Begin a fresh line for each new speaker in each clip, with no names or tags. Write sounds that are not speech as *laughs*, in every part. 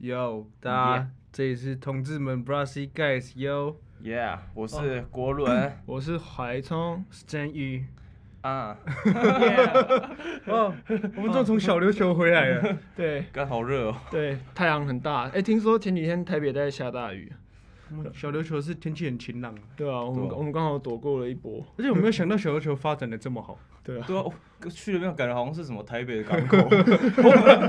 Yo，大家这里是同志们 Brassy Guys Yo，
Yeah，我是国 *coughs* 伦
我是怀聪 Stan Yu。
啊，
哦，我们终于从小琉球回来了。对
刚好热
*laughs*
哦。
对，
太阳很大，哎、听说前几天台北在下大雨，
我们哦小琉球是天气很晴朗啊，
对啊，我们、
对啊
我们刚好躲过了一波，
而且我没有想到小琉球发展的这么 *laughs* 好。
对啊，
对啊，我 *laughs* 去了没有？感觉好像是什么台北的
*laughs*
港口。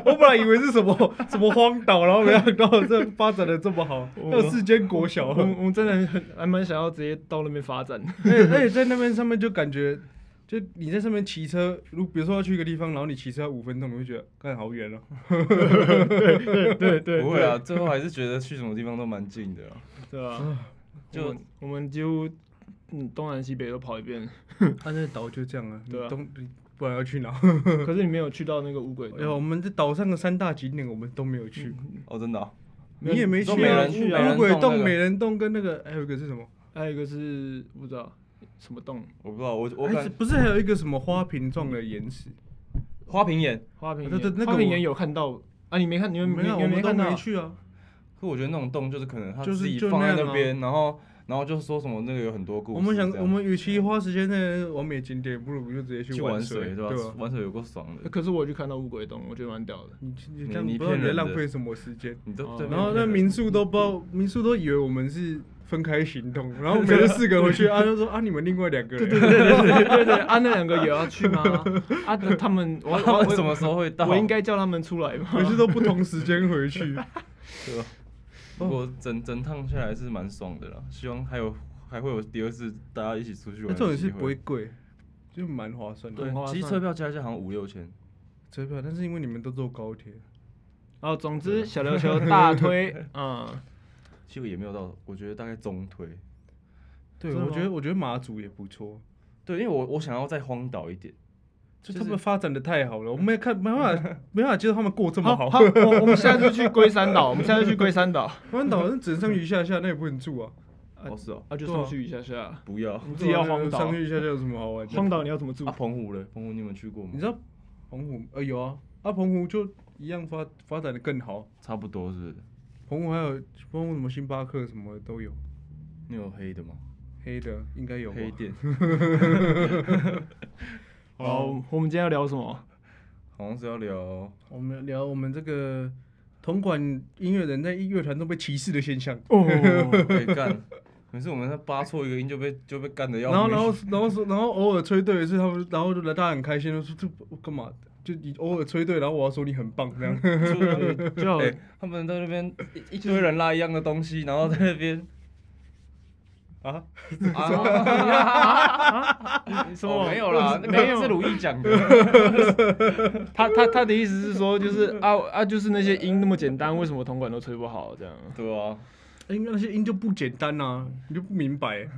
我本来以为是什么什么荒岛，然后没想到这发展的这么好，
我
要世间国小。
我们我们真的很还蛮想要直接到那边发
*laughs*
展，
哦而且而且在那边上面就感觉，就你在上面骑车，如比如说要去一个地方，然后你骑车要五分钟，你会觉得干好远哦。
对对对
不会啊，最后还是觉得去什么地方都蛮近的啊。
对啊，
就
就我们几乎嗯东南西北都跑一
*laughs*
遍，
它那岛就这样啊，你
对啊
东你不然要去哪？
可是你没有去到那个乌鬼岛，
哎呦，我们这岛上的三大景点我们都没有去，
哦，真的啊。
你也没去
都没
啊？
人去啊
乌乌鬼
没人洞那
洞、
个
美人洞跟那个还有一个是什么？
还有一个是不知道什么洞，
我不知道，我我
哎还是
感
不是还有一个什么花瓶状的岩石？
花瓶岩，
花瓶
对对
岩，
那个
花瓶
我
岩有看到啊？你没看，你们
没有，
你
我
们
们都
看到
没
啊？
去啊。
可我觉得那种洞就是可能他
就是
自己
就
放在
那样
那
啊
边，然后然后就说什么那个有很多故事
我
这样。
们想，我们与其花时间在完美景点，不如我们就直接
去
玩
玩水
对
对吧
吧？？
玩水有够爽的。
可是我有去看到乌鬼洞，我觉得蛮
*laughs*
屌的。
你你
你
这样
你
不知道你
骗
在
人的
浪费什么时间。
你
哦
都
然后那民宿都不知道，民宿都以为我们是分开行动，然后我们
*laughs*
就四个回去，啊就说啊你们另外两个人，对对
对对对对，啊，那两个也要去吗？
*laughs*
啊，那他们我
*laughs* 我
我
为什么时候会到？
我应该叫他们出来 *laughs* 吗？
每次都不同时间回
*laughs*
去。
对
哦
吧？不过整整趟下来是蛮爽的啦，希望还有还会有第二次大家一起出去
那
玩。
重点是不会。贵，就蛮划算的
很划
对，
算
其实车票加一下好像五六千，
车票，但是因为你们都坐高铁，
哦，总之小琉球大推，嗯，
其实也没有到，我觉得大概中推。
对
真的
我
吗
觉得我觉得马祖也不错，
对，因为我我想要再荒岛一点，
就
就是
他们发展的太好了，我们也看没办 *laughs* 法没办法接受他们过这么好。 *laughs*
我我们下次去龟山岛，我们下次去龟山岛， *laughs*
台湾岛那只能上去一下下，那也不能住啊，
哦是哦，
啊，就上去一下下，
不要。
你自己要荒岛
上，去一下下有什么好玩的？
荒岛你要怎么住
啊，？澎湖嘞，澎湖你们去过吗？
你知道澎湖呃有啊，啊澎湖就一样发发展的更好，
差不多是不是，
澎湖还有澎湖什么星巴克什么的都有，
你有黑的吗？
黑的应该有啊吧
黑店，
好，我们今天要聊什么？
好像是要聊
我们聊我们这个同管音乐人在乐团中被歧视的现象。
哦，
被哎干，每次我们在扒错一个音就被就被干的要
然后，
命。
然后，然后说，然后偶尔吹对是他们，然后就大家很开心，就说这我干嘛？就你偶尔吹对，然后我要说你很棒 *laughs* 这样。
就
就
*laughs* 哎、他们在那边一一堆人拉一样的东西，然后在那边
啊，
*laughs*
你说我
哦没有啦，那
没
个是
有，
鲁豫讲的。
他他他的意思是说，就是啊啊，就是那些音那么简单，为什么铜管都吹不好这样？
对啊，
因为哎那些音就不简单啊，你就不明白，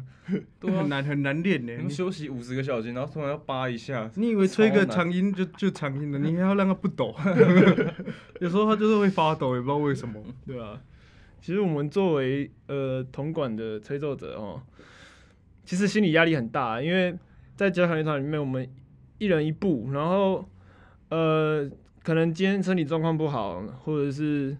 对
很
啊，
难很难练呢
你。们休息五十个小时，然后突然要扒一下，
你以为吹个
超难
长音就就长音了，你还要让他不 *laughs* 抖，有时候他就是会发抖，也不知道为什么。
对啊，其实我们作为呃铜管的吹奏者哦，其实心理压力很大，啊因为在交响乐团里面，我们一人一步，然后呃，可能今天身体状况不好，或者是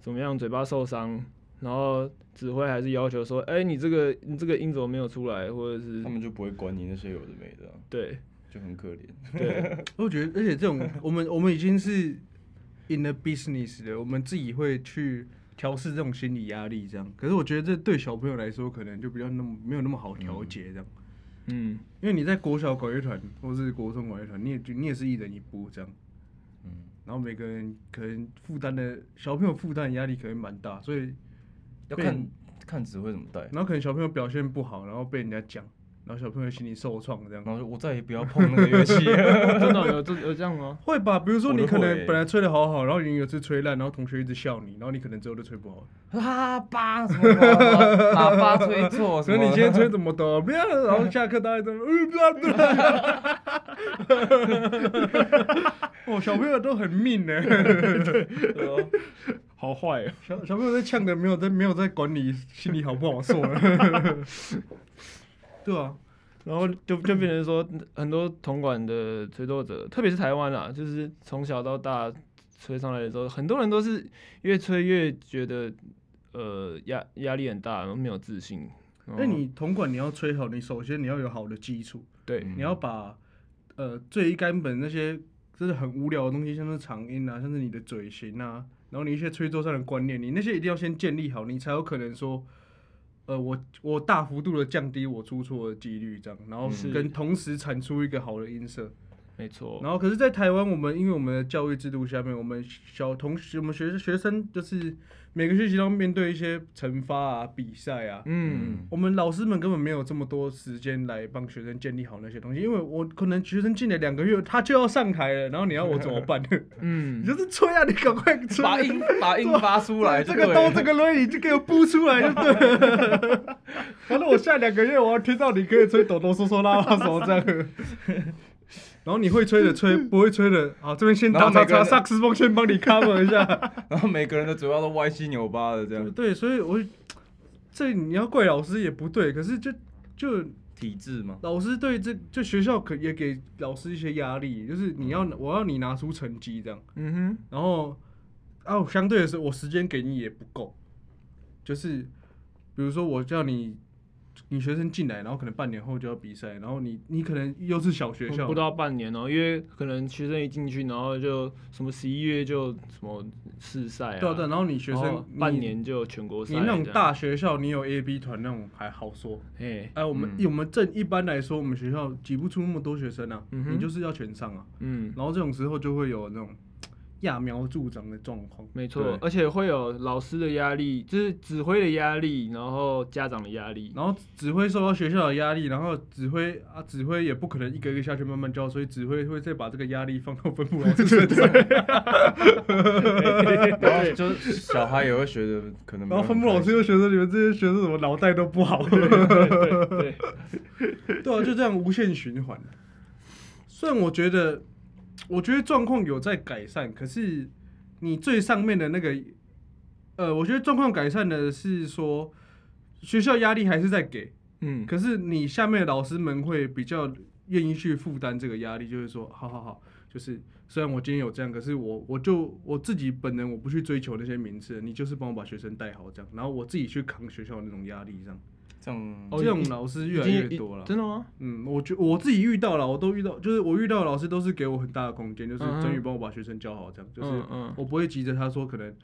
怎么样，嘴巴受伤，然后指挥还是要求说，哎、你这个你这个音怎么没有出来，或者是
他们就不会管你那些有的没的啊、
对
就很可怜。
对
我觉得，而且这种我们我们已经是 in the business 的，我们自己会去调试这种心理压力，这样。可是我觉得这对小朋友来说，可能就比较那么没有那么好调节这样。
嗯，
因为你在国小管乐团或是国中管乐团，你也就你也是一人一部这样，
嗯，
然后每个人可能负担的小朋友负担的压力可能蛮大，所以
要
被
看看指挥怎么带，
然后可能小朋友表现不好，然后被人家讲，然后小朋友心里受创这样
然。后就我再也不要碰那个乐器 *laughs* 了。
哦真的有这有这样吗？
会吧，比如说
我
你
都
可能
会
本来吹的好好，然后你有一次吹烂，然后同学一直笑你，然后你可能之后就吹不好了。 *laughs*
喇叭啊什么的，喇叭吹错什
所以
么的？
你今天吹怎么的？不要，然后下课大家都呃不 *laughs* 要不要。 *laughs* 哦，小朋友都很命呢、
对啊
好坏、哦，
小小朋友在呛的，没有在没有在管你心里好不好受了。对啊，
然后就就变啊成说，很多铜管的吹奏者，特别是台湾啦，就是从小到大吹上来的时候，很多人都是越吹越觉得呃压压力很大，然后没有自信。然后
那你铜管你要吹好，你首先你要有好的基础，
对
嗯
你要把呃最根本那些就是很无聊的东西，像是长音啊，像是你的嘴型啊，然后你一些吹奏上的观念，你那些一定要先建立好，你才有可能说，呃，我我大幅度的降低我出错的几率，这样，然后
是
跟同时产出一个好的音色。
没错，
然后可是，在台湾，我们因为我们的教育制度下面，我们小同学、我们学学生就是每个学期都要面对一些惩罚啊、比赛啊。
嗯，
我们老师们根本没有这么多时间来帮学生建立好那些东西，因为我可能学生进来两个月，他就要上台了，然后你要我怎么办？ *laughs* 你
嗯，
就是吹啊，你赶快吹啊、
把音把音发出来就
这
对
个刀
了，
这个轮椅就给我拨出来就对了。反正我下两个月我要听到你可以吹抖抖嗦嗦啦啦什么这样。 *laughs* 然后你会吹的吹，不会吹的，好，这边先
然
打
后
叉
每个
叉，
人
萨克斯风先帮你 cover
*laughs*
一下。
*laughs* 然后每个人的嘴巴都歪七扭八的这样，
对，所以我这你要怪老师也不对，可是就就
体制嘛，
老师对这就学校可也给老师一些压力，就是你要我要你拿出成绩这样。
嗯哼，
然后啊，我相对的是，我时间给你也不够，就是比如说我叫你，你学生进来，然后可能半年后就要比赛，然后你你可能又是小学校，
不到半年哦、因为可能学生一进去，然后就什么十一月就什么试赛啊，
对啊对啊，然后你学
然
生
后半
你
年就有全国赛
你
这
那
样，
种大学校，你有 A B 团那种还好说，
哎，
哎，我们、
嗯
我们正一般来说，我们学校挤不出那么多学生啊，
嗯哼
你就是要全上啊，
嗯，
然后这种时候就会有那种揠苗助长的状况，
没错
对，
而且会有老师的压力，就是指挥的压力，然后家长的压
*laughs*
力，
然后指挥受到学校的压力，然后指挥啊，指挥也不可能一个一个下去慢慢教，所以指挥会再把这个压力放到分部老师身上，
然后就是小孩也会觉得可能没
然后
有很开心，
分部老师又觉得你们这些学生怎么脑袋都不好，
对，
对啊，就这样无限循环。虽然我觉得，我觉得状况有在改善，可是你最上面的那个，呃，我觉得状况改善的是说学校压力还是在给，
嗯，
可是你下面的老师们会比较愿意去负担这个压力，就是说，好好好，就是虽然我今天有这样，可是我我就我自己本人我不去追求那些名次，你就是帮我把学生带好这样，然后我自己去扛学校的那种压力这样。
这样
哦
这种老师越来
已
越
经
多了。
真的吗？
嗯，我觉我自己遇到了，我都遇到，就是我遇到的老师都是给我很大的空间，就是
嗯哼
真宇帮我把学生教好这样，就是
嗯嗯
我不会急着他说可能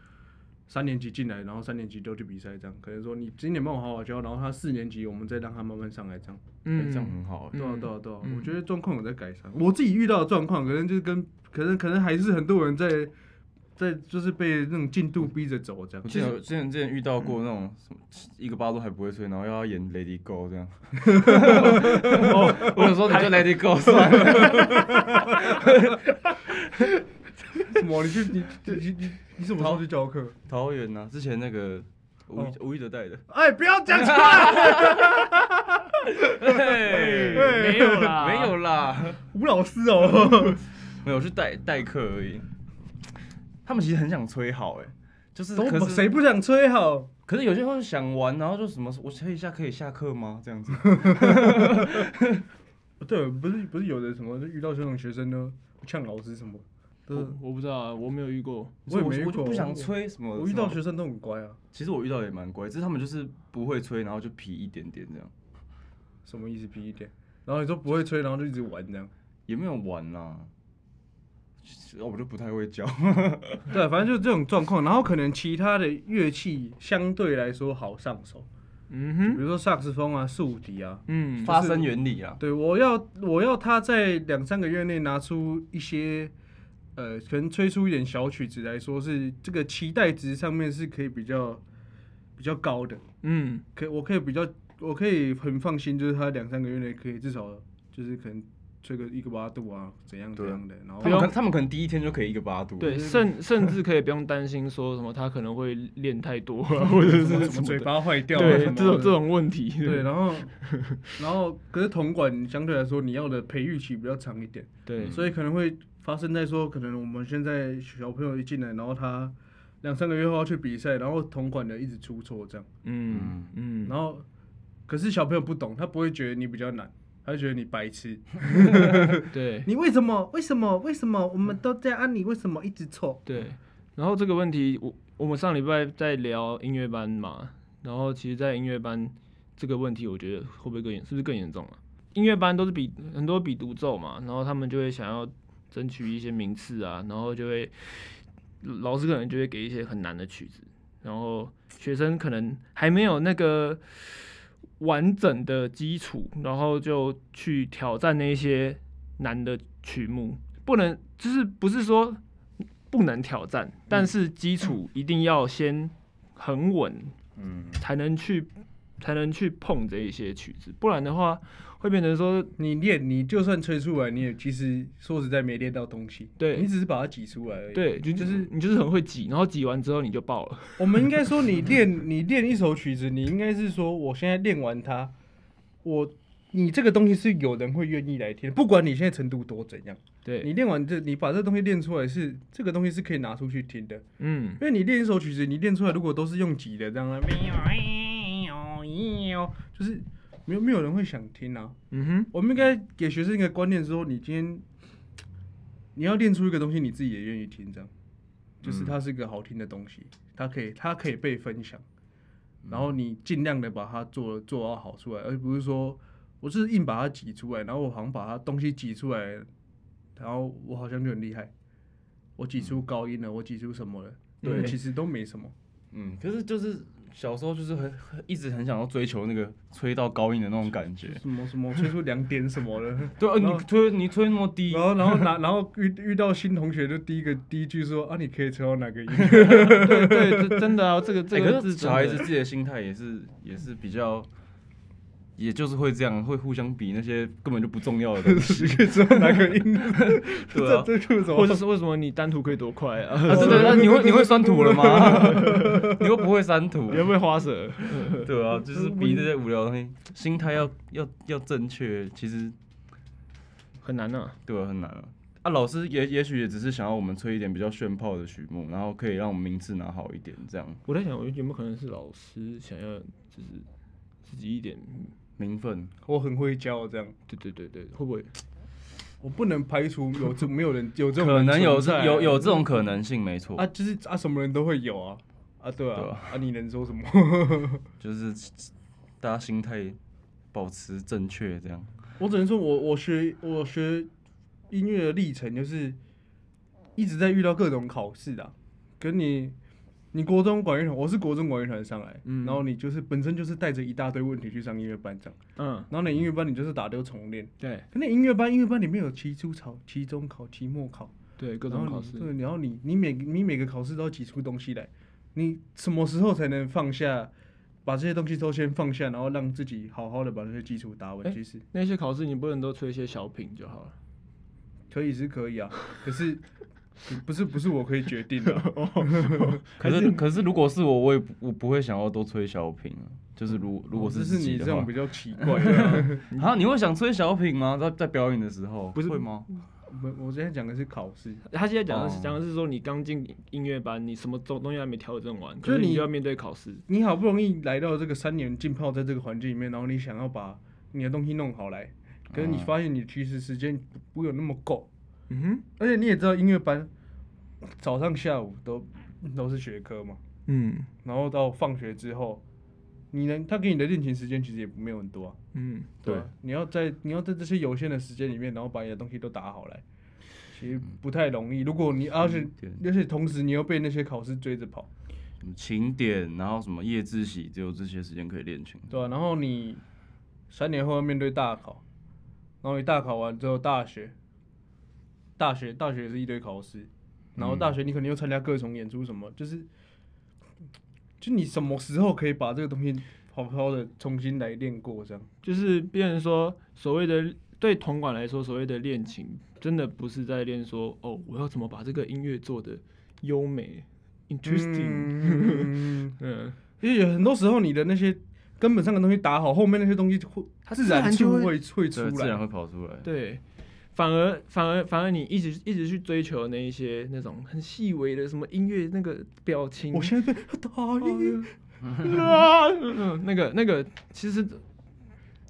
三年级进来，然后三年级就去比赛这样，可能说你今年帮我好好教，然后他四年级我们再让他慢慢上来这样。
哎
嗯，
这样很好欸，
对啊，
嗯
对啊，对啊，
嗯
我觉得状况有在改善。我自己遇到的状况，可能就是跟可能可能还是很多人在在就是被那种进度逼着走这样
我。记得我之前之前遇到过那种什么一个八都还不会吹，然后要演 Lady Go 这样。我想说你就 Lady Go 算了，
什么？你去你你你你你什么时候去教课？
*laughs* 桃园呐、之前那个吴
哦
吴亦德带的，
哎，不要讲出来！
*laughs*
嘿
没有啦，
*laughs* 没有，啦，
吴老师哦，
没有我去代代课而已。他们其实很想吹好哎、就是
都
可
不
是
谁不想吹好？
可是有些会想玩，然后就什么我可以下可以下课吗？这样子，
对，不是不是有的什么，就遇到这种学生呢，呛老师什么， *laughs* 都是
我我不知道啊，我没有遇过，
我也没遇
我就
过
不想吹什么。
我遇到
什么
学生都很乖啊，
其实我遇到也蛮乖，只是他们就是不会吹，然后就皮一点点这样，
什么意思？逼一点。然后你说不会吹，然后就一直玩这样。
也没有玩啦。其实哦我就不太会教，
对，反正就是这种状况。然后可能其他的乐器相对来说好上手，
嗯
比
哼，
如说萨克斯风啊、竖笛啊。
嗯，
发声原理啊，
对，我要我要他在两三个月内拿出一些，呃，可能吹出一点小曲子来说是这个期待值上面是可以比较比较高的，
嗯，
可我可以比较我可以很放心，就是他两三个月内可以至少就是可能吹个一个八度啊，怎样怎
对
样的，然后
他们可他们可能第一天就可以一个八度，
对，甚甚至可以不用担心说什么他可能会练太多啊，或者是
什么
什么
嘴
的
巴坏掉啊
对
什么
这种
的
这种问题，
*laughs* 对，然
*laughs*
后然后可是铜管相对来说你要的培育期比较长一点，
对，
所以可能会发生在说，可能我们现在小朋友一进来，然后他两三个月后要去比赛，然后铜管的一直出错这样，
嗯嗯，
*laughs* 然后可是小朋友不懂，他不会觉得你比较难，他就觉得你白痴，
对
你为什么？为什么？为什么？我们都在啊，你为什么一直错？
对。然后这个问题，我我们上礼拜在聊音乐班嘛，然后其实，在音乐班这个问题，我觉得会不会更严，是不是更严重了、啊音乐班都是比很多比独奏嘛，然后他们就会想要争取一些名次啊，然后就会老师可能就会给一些很难的曲子，然后学生可能还没有那个完整的基础，然后就去挑战那些难的曲目，不能就是不是说不能挑战，但是基础一定要先很稳，
嗯，
才能去才能去碰这一些曲子，不然的话会变成说
你练，你就算吹出来，你也其实说实在没练到东西，
对
你只是把它挤出来而已。，
对，嗯就就是你就是很会挤，然后挤完之后你就爆了。
我们应该说你练， *laughs* 你练一首曲子，你应该是说我现在练完它，我你这个东西是有人会愿意来听，不管你现在程度多怎样，
对，
你练完这，你把这东西练出来是这个东西是可以拿出去听的，
嗯
因，为你练一首曲子，你练出来如果都是用挤的这样啊，就是没有没有人会想听啊。
嗯哼，
我们应该给学生一个观念说，你今天你要练出一个东西，你自己也愿意听，这样，就是它是一个好听的东西，它可以它可以被分享，然后你尽量的把它做做到好出来，而不是说我是硬把它挤出来，然后我好像把它东西挤出来，然后我好像就很厉害，我挤出高音了，我挤出什么了，
对
其实都没什么，
嗯，可是就是小时候就是很很一直很想要追求那个吹到高音的那种感觉。
什么什 *laughs* 么吹出两点什么了。
对啊，
然后
你吹你吹那么低
然，后，然后 *laughs* 拿，然后遇遇到新同学，就第一个第一句说啊，你可以吹到哪个 *laughs* 音？
对对，这真的啊，这个这
欸
个
可是
真
小孩子
的
自己的心态也是也是比较，也就是会这样，会互相比那些根本就不重要的东 *laughs* 西。
十个之后哪个音？
对
这
啊
这就是什
或
么？
者是为什么你单图可以多快 *laughs* 啊？
啊，真的，那你会你会删图了 *laughs* 吗？你又不会删图
你，会不会花舌？
*laughs* 对啊，就是比这些无聊的东西，心态要要要正确，其实
很难啊。
对啊很难啊。啊，老师也也许也只是想要我们吹一点比较炫炮的曲目，然后可以让我们名次拿好一点，这样
我在想，有没有可能是老师想要就是自己一点？
名分。
我很会教这样，
对对对对，会不会？
我不能排除有这没有人有这种
可能有
人存在
这
啊
有有这种可能性，没错
啊，就是啊，什么人都会有啊啊，对
对
啊
啊
啊，你能说什么？
就是大家心态保持正确，这样。
*laughs* 我只能说我我学我学音乐的历程就是一直在遇到各种考试啊，跟你你国中管乐团，我是国中管乐团上来，
嗯
然后你就是本身就是带着一大堆问题去上音乐班这样，
嗯，
然后你音乐班你就是打掉重练，
对
可那音乐班音乐班里面有期初考、期中考、期末考。
对，各
然
种
后
考
你
试。
对，然后你你每你每个考试都要挤出东西来，你什么时候才能放下？把这些东西都先放下，然后让自己好好的把那些基础打稳。
哎
其实
那些考试你不能都吹一些小品就好了。
可以是可以啊，可是不是不是我可以决定
*laughs*
的、
可是可是如果是我，我也不我不会想要多吹小品啊。就是如如果
哦这
自
是
己
你
的
这
话
种比较奇怪的、啊。
啊，你会想吹小品吗？在在表演的时候
不是
会吗？
我我现在讲的是考试，
他现在讲的是
哦
讲的是说，你刚进音乐班，你什么东东西还没调整完，
就
可
是
是
你
你就要面对考试。
你好不容易来到这个三年浸泡在这个环境里面，然后你想要把你的东西弄好来，可是你
哦
发现你其实时间不不有那么够，
嗯哼，
而且你也知道音乐班早上下午都都是学科嘛，
嗯
然后到放学之后，你能他给你的练琴时间其实也没有很多啊，
嗯，
吧你要在你要在这些有限的时间里面，然后把你的东西都打好来，其实不太容易。如果你而且
对
而且同时你又被那些考试追着跑，
什么勤点，然后什么夜自习，只有这些时间可以练琴。
对吧、啊然后你三年后要面对大考，然后你大考完之后大学，大学大学也是一堆考试，然后大学你可能又参加各种演出什么，就是就你什么时候可以把这个东西好好的重新来练过这样？
就是变成说，所谓的对铜管来说，所谓的练琴，真的不是在练说哦，我要怎么把这个音乐做的优美，interesting，
嗯，
嗯，
*laughs* 因为有很多时候你的那些根本上的东西打好，后面那些东西会
它
自
自然
就
就
会会出
对，自然
来。
会跑出来。
对，反而反而反而你一直一直去追求那一些那种很细微的什么音乐那个表情，
我现在在打
哦
一，
嗯啊，那个那个，其实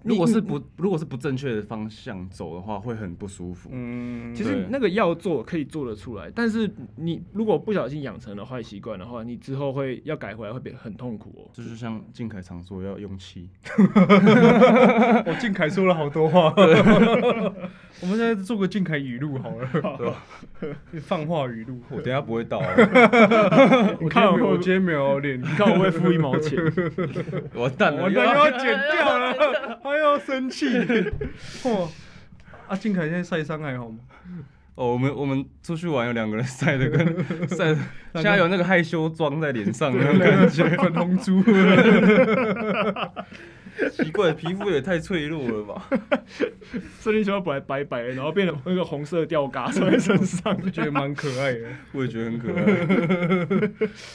如果是不如果是不正确的方向走的话，会很不舒服。
嗯，
其实
对
那个要做可以做得出来，但是你如果不小心养成了坏习惯的话，你之后会要改回来会变很痛苦哦。
就是像静凯常说，要
*laughs*
用气。
我哦靖凯说了好多话， *laughs* 我们现在做个靖凯语录好了，放话语录。
我等一下不
*laughs*
会到哦、
我今
看
天没
我
有
会
我今天没有脸，
你看我会付一毛
*laughs*
钱，
完蛋了，
我蛋要剪掉了，他要生 *laughs* 气。嚯！啊，靖凯现在晒伤还 *laughs* 好吗？
哦，我们我们出去玩有两个人晒的
*laughs*
跟晒的，现在有那个害羞妆在脸上那种感觉，
粉红猪，
奇怪，皮肤也太脆弱了吧？
森林球本来白白的，然后变成那个红色吊嘎穿在身上，
我觉得蛮可爱的。
我也觉得很可爱，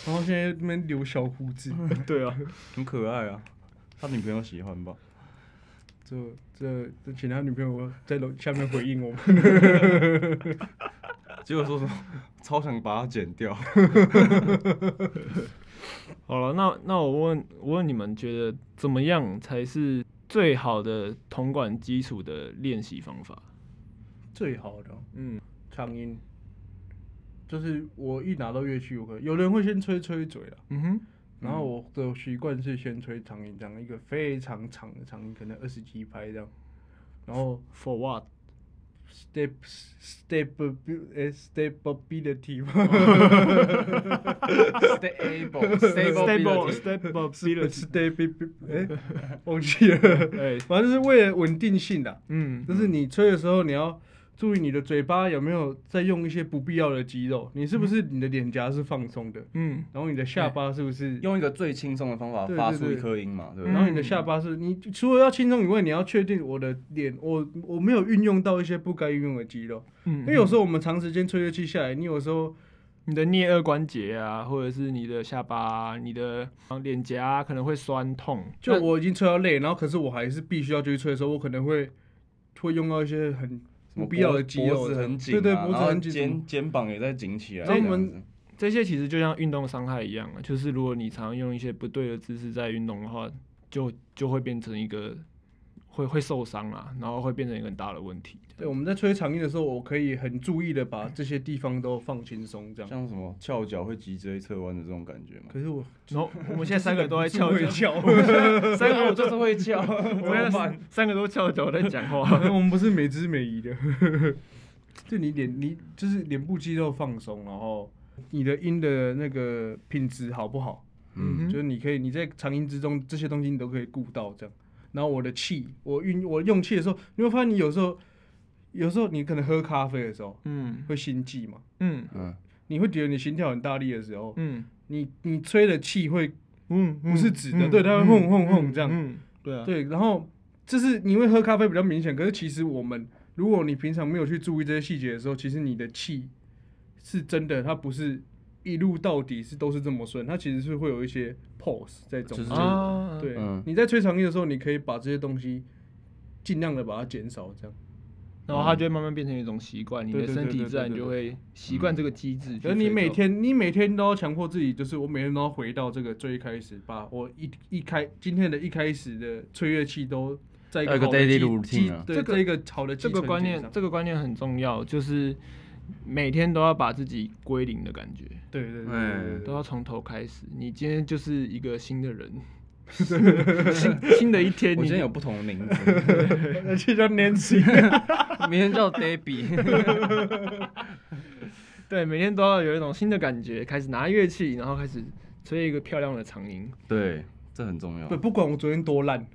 然后现在那边留小胡 *laughs* 子，
对啊，
很可爱啊。他女朋友喜欢吧？
这这这，请他女朋友在楼下面回应我们。
结果说什么，超想把它剪掉。
好了，那那我问，我问你们觉得怎么样才是最好的铜管基础的练习方法？
最好的哦
嗯，
长音，就是我一拿到乐器，我可能有人会先吹吹嘴了。
嗯哼，
然后我的习惯是先吹长音，这样一个非常长的长音，可能二十几拍这样。然后
for what？
step step stability
stable
Stable，stable，
step up
stability 哎，忘记了，
哎，
反正就是为了稳定性的，
嗯，
就是你吹的时候你要注意你的嘴巴有没有在用一些不必要的肌肉，你是不是你的脸颊是放松的，
嗯，
然后你的下巴是不是
用一个最轻松的方法
对对
发出
对嗯
一颗音嘛，对不
然
对？
后你的下巴是你除了要轻松以外，你要确定我的脸，我我没有运用到一些不该运用的肌肉，
嗯，
因为有时候我们长时间吹乐器下来，你有时候
你的颞颌关节啊，或者是你的下巴啊、你的脸颊啊可能会酸痛。
就
那
我已经吹到累，然后可是我还是必须要继续吹的时候，我可能会会用到一些很不
什么
必要的
脖
肌肉，
脖子很紧
对
啊，
对，脖子
然后
很紧，
肩肩膀也在紧起来。
所以我们
这样子
这些其实就像运动伤害一样啊，就是如果你常用一些不对的姿势在运动的话，就就会变成一个会会受伤啊，然后会变成一个很大的问题。
对，我们在吹长音的时候，我可以很注意的把这些地方都放轻松，这样。
像什么翘脚会脊椎侧弯的这种感觉嘛？
可是我 *laughs*
然后我们现在三个都在翘
会
*laughs* 脚，
翘，
*laughs*
三个我
就是
*laughs*
会翘，
我们现在三个都翘脚在讲话。
哦我们不是美姿美仪的，就你脸，你就是脸部肌肉放松，然后你的音的那个品质好不好？
嗯，
就是你可以你在长音之中这些东西你都可以顾到这样。然后我的气，我运我用气的时候，你会发现你有时候，有时候你可能喝咖啡的时候
嗯
会心悸嘛，
嗯
嗯，
你会觉得你心跳很大力的时候，
嗯
你你吹的气会
嗯，
不是直的对它会轰轰轰这样
嗯，对啊，
对，然后就是你会喝咖啡比较明显，可是其实我们如果你平常没有去注意这些细节的时候，其实你的气是真的，它不是一路到底是都是这么顺，它其实是会有一些 pause 在中间。
就是
啊，
对，
嗯
你在吹长音的时候，你可以把这些东西尽量的把它减少，这样。
然后它就会慢慢变成一种习惯，你
对
的
对
身
对
体
对
自
对
然
对
就
对嗯
会习惯这个机制去
可
吹奏。
是你每天，你每天都要强迫自己，就是我每天都要回到这个最开始，把我一一开今天的一开始的吹乐器都在一
要
个
有个
好的
daily
基
routine
基
啊
对，
这个
在一个好的基
这个
础
观
基
念
上，
这个观念很重要，就是每天都要把自己归零的感觉，
对对对对
哎
对对
都要从头开始。你今天就是一个新
*laughs*
的人，新新的一天你。
我今天有不同的名
*laughs*
字，
那就叫
*laughs*
Nancy。
明天
*laughs*
叫 Debbie，
对每天都要有一种新的感觉，开始拿乐器，然后开始吹一个漂亮的长音。
对，这很重要
不，。不管我昨天多烂，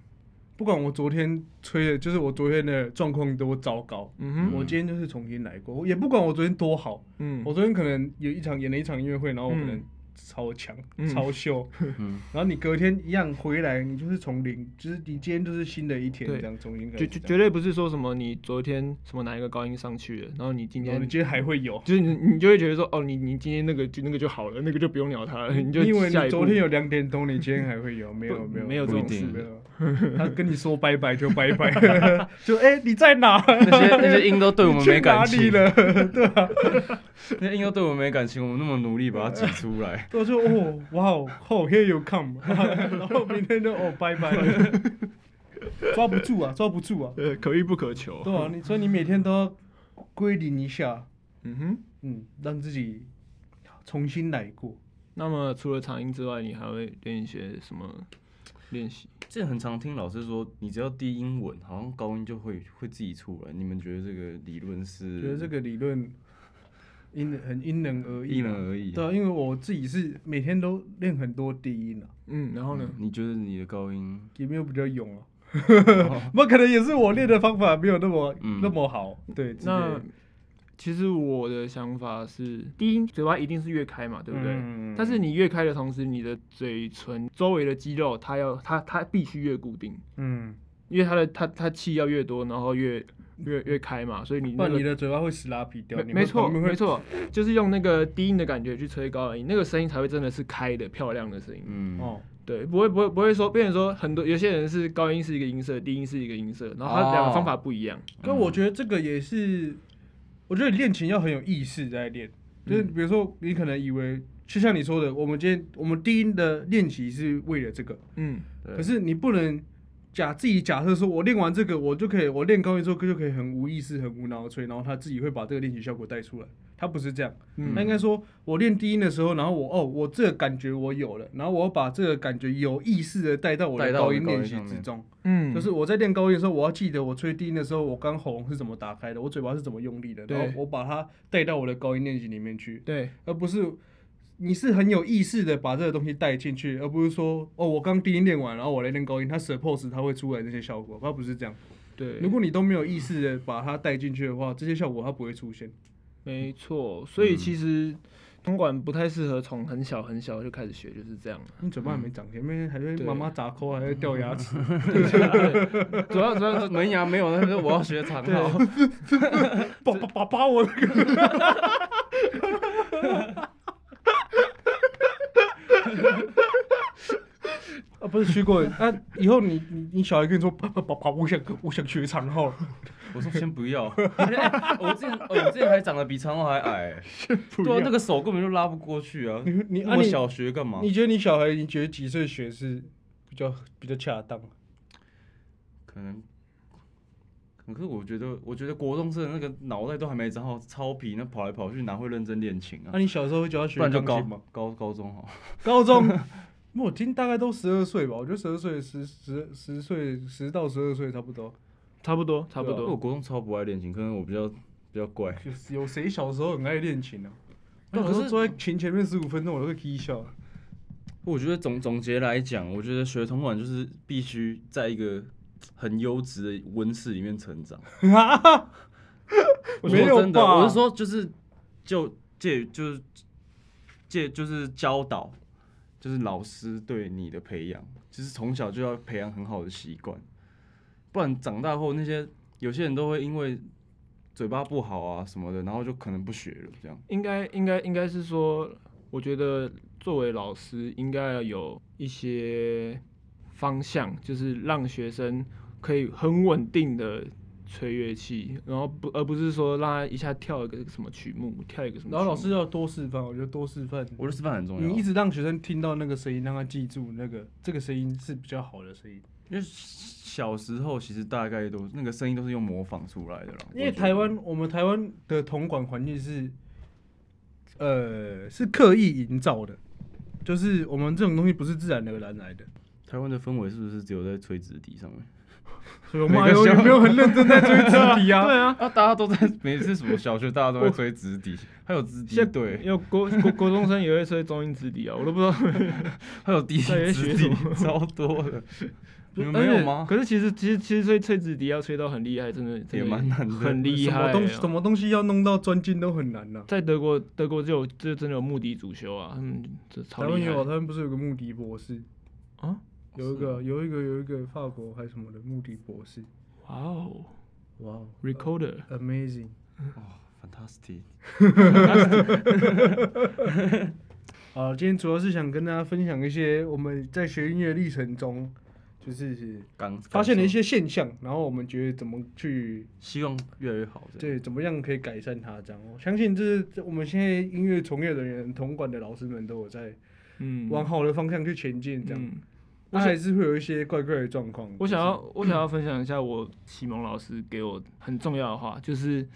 不管我昨天吹的，就是我昨天的状况多糟糕，
嗯哼，
我今天就是重新来过。也不管我昨天多好，
嗯，
我昨天可能有一场演了一场音乐会，然后我可能
嗯
超强、
嗯
超秀， *laughs*
嗯，
然后你隔天一样回来，你就是从零，就是你今天就是新的一天，
对
这样重新开
绝
始
绝
这
绝
样。
对不是说什么你昨天什么哪一个高音上去了，然后你今
然后
天
你今天还会有。
就是你你就会觉得说，哦，你你今天那个就那个就好了，那个就不用鸟它了，你就
你以为
下
你
一步
昨天有两点 *laughs* 钟，你今天还会有？没有，没有，
没有
这种事
没有。他跟你说拜拜就拜拜， *laughs* 就哎、你在哪？
那些那些音都对我们
去
没
哪
感
里
情，
了？
那些音都对我们没感情，我们那么努力把它挤出来，
我说哦，哇哦，哦，here you come，然后明天就哦，拜拜。抓不住啊，抓不住啊，
呃，可遇不可求。
对啊，你所以你每天都要归零一下，
嗯哼。
嗯，让自己重新来过。
那么除了长音之外，你还会练一些什么练习？
之前很常听老师说，你只要低音稳，好像高音就会会自己出来。你们觉得这个理论是？
觉得这个理论因人很因人而异
因
啊，
人而异。
对啊，因为我自己是每天都练很多低音啊，
嗯，然后呢？
嗯你觉得你的高音
也没有比较勇啊。
哦
*laughs* 不，可能也是我练的方法没有那么、
嗯
那么好，对，之类
那
的
其实我的想法是，第一，嘴巴一定是越开嘛，对不对？
嗯
但是你越开的同时，你的嘴唇周围的肌肉，它要它它必须越固定，
嗯，
因为它的它它气要越多，然后 *laughs* 越越越开嘛，所以你
不
那
然
个
你的嘴巴会死拉皮掉，
没
你会
没错，
你会
没错，就是用那个低音的感觉去吹高音，那个声音才会真的是开的漂亮的声音。
嗯
哦，
对，不会不会不会说，变成说很多有些人是高音是一个音色，低音是一个音色，然后它两个
哦
方法不一样。
但我觉得这个也是，我觉得你练琴要很有意识在练，就是
嗯
比如说你可能以为，就像你说的，我们今天我们低音的练习是为了这个，
嗯，
对
可是你不能假自己假设说，我练完这个，我就可以，我练高音之后就可以很无意识、很无脑的吹，然后他自己会把这个练习效果带出来。他不是这样，
嗯
那应该说，我练低音的时候，然后我哦，我这个感觉我有了，然后我把这个感觉有意识的带到我的
带到我
高
的
音
高音
练习
上
之
面
中。
嗯，
就是我在练高音的时候，我要记得我吹低音的时候，我刚喉咙是怎么打开的，我嘴巴是怎么用力的，然后
对
我把它带到我的高音练习里面去。
对，
而不是你是很有意识的把这个东西带进去，而不是说哦，我刚低音练完，然后我来练高音，它 suppose 它会出来这些效果，它不是这样。
对，
如果你都没有意识的把它带进去的话，这些效果它不会出现。
没错。所以其实铜管不太适合从很小很小就开始学，就是这样。
你嘴巴还没长，前面还会
嗯对
妈妈砸抠，还会掉牙齿。
主要主要
那门牙没有，那我要学长号。
爸爸爸爸，我那个 *laughs* 啊，不是徐过，那、以后你你你小孩跟你说，爸爸爸爸，我想我想学长号了，
我说先不
*laughs*
要，哎我之前哦我之前还长得比长号还矮、
*laughs*
哎对啊，那个手根本就拉不过去啊。
你你啊
我
你
小学干嘛？
你觉得你小孩，你觉得几岁学是比较比较恰当？
可能，可是我觉得，我觉得国中生的那个脑袋都还没长好，超皮，那跑来跑去，哪会认真练琴
那、
啊？
你小时候会教他学
不然就
钢
高
琴吗？
高高中好，
高中，我听大概都十二岁吧，我觉得十二岁、十十十岁、十到十二岁差不多。
差不多差不
对啊
因为
多。
我国中超不爱练琴，可能我比较比较怪。
有有谁小时候很爱练琴啊？
对
我
可是
是坐在琴前面十五分钟，我都会踢笑。
我觉得总总结来讲，我觉得学铜管就是必须在一个很优质的温室里面成 *laughs* 长。我
没
说
有
真的，
吧
我是说就是就借就是借就是教导，就是老师对你的培养，就是从小就要培养很好的习惯，不然长大后那些有些人都会因为嘴巴不好啊什么的，然后就可能不学了这样。
应该应该应该是说，我觉得作为老师应该要有一些方向，就是让学生可以很稳定的。吹乐器，然后不，而不是说让他一下跳一个什么曲目，跳一个什么曲目。
然后
*laughs*
老师要多示范，我觉得多示范。
我觉得示范很重要，啊
你一直让学生听到那个声音，让他记住那个这个声音是比较好的声音。
因为小时候其实大概都那个声音都是用模仿出来的啦。
因
我
为
觉
台
得
湾，我们台湾的铜管环境是，呃，是刻意营造的，就是我们这种东西不是自然而然来的。
台湾的氛围是不是只有在吹纸笛上面？
所以我
每
们
个
还有
小
有没有很认真在追纸笛啊？
对啊，
啊，大家都在每次什么小学，大家都在吹直 *laughs* 笛，还有直笛
现在
啊
对，
有国国国中生也会吹中音直笛啊，我都不知道
*laughs*
还有笛
在学什
直笛，
么
超多的。你们
而
没
且
有吗？
哎可是其实其实其实吹吹直笛要吹到很厉害，真的真的
也蛮难的
很厉害、啊
什么
哦
东西什么东西要弄到专精都很难呐、
在德国德国就有就真的有目笛主修啊，嗯，这
台
超
湾
厉
有，啊
害
他们不是有个穆迪博士，
啊！
有一个有一个有一个法国还是什么的穆迪博士，
哇哦
哇、哦
，recorder，
a m a z i n g
哦，fantastic，
啊，今天主要是想跟大家分享一些我们在学音乐历程中，就是
刚
发现了一，些现象，然后我们觉得怎么去
刚说希望越来越好。这样，
对，怎么样可以改善它？这样，我相信这是这我们现在音乐从业人员、铜管的老师们都有在
嗯，
往好的方向去前进。这样，
嗯，
那还是会有一些怪怪的状况。
我想要，我想要分享一下我启蒙老师给我很重要的话，就是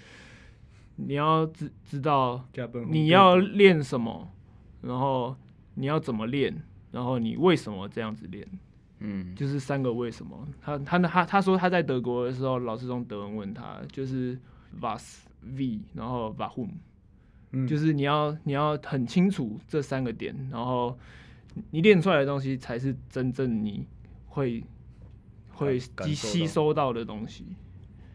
你要知知道
加班，
你要练什么，然后你要怎么练，然后你为什么这样子练，
嗯，
就是三个为什么。他他他他说他在德国的时候，老师用德文问他，就是 was v，然后 warum，
嗯
就是你要你要很清楚这三个点，然后你练出来的东西才是真正你会会
感
吸
受到
吸收到的东西，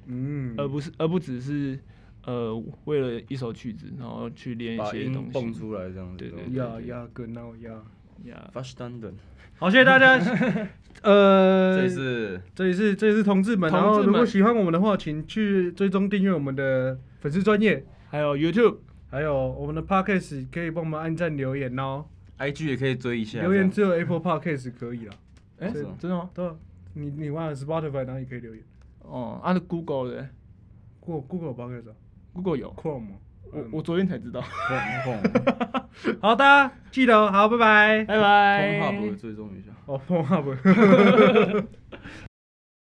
嗯，
而不是而不只是呃为了一首曲子，然后去练一
把
些
音
东
蹦
西。
出来这样子
对
的
哦
对
东西。
呀呀哥闹呀， *laughs*
呀
f a s t a n d e n
好，谢谢大
*laughs*
家。呃，
这是
这里是这里是同志们，
同志
然
们
后如果喜欢我们的话，请去追踪订阅我们的粉丝专业，
还有 YouTube，
还有我们的 podcast 可以帮我们按赞留言哦。
IG 也可以追一下，
留言只有 Apple podcast 可以了，
哎、
是吗
真的吗？
对啊，你你忘了 Spotify 然后也可以留言。
哦，按、啊、Google 的
Google Google podcast 啊
Google 有，
Chrome 啊。
嗯
嗯
我我昨天才
*laughs*
知道。
这样
*laughs*
碰碰，
好，大家记得哦好，拜拜。
拜拜。
通话不会追踪一下。
哦，碰啊不。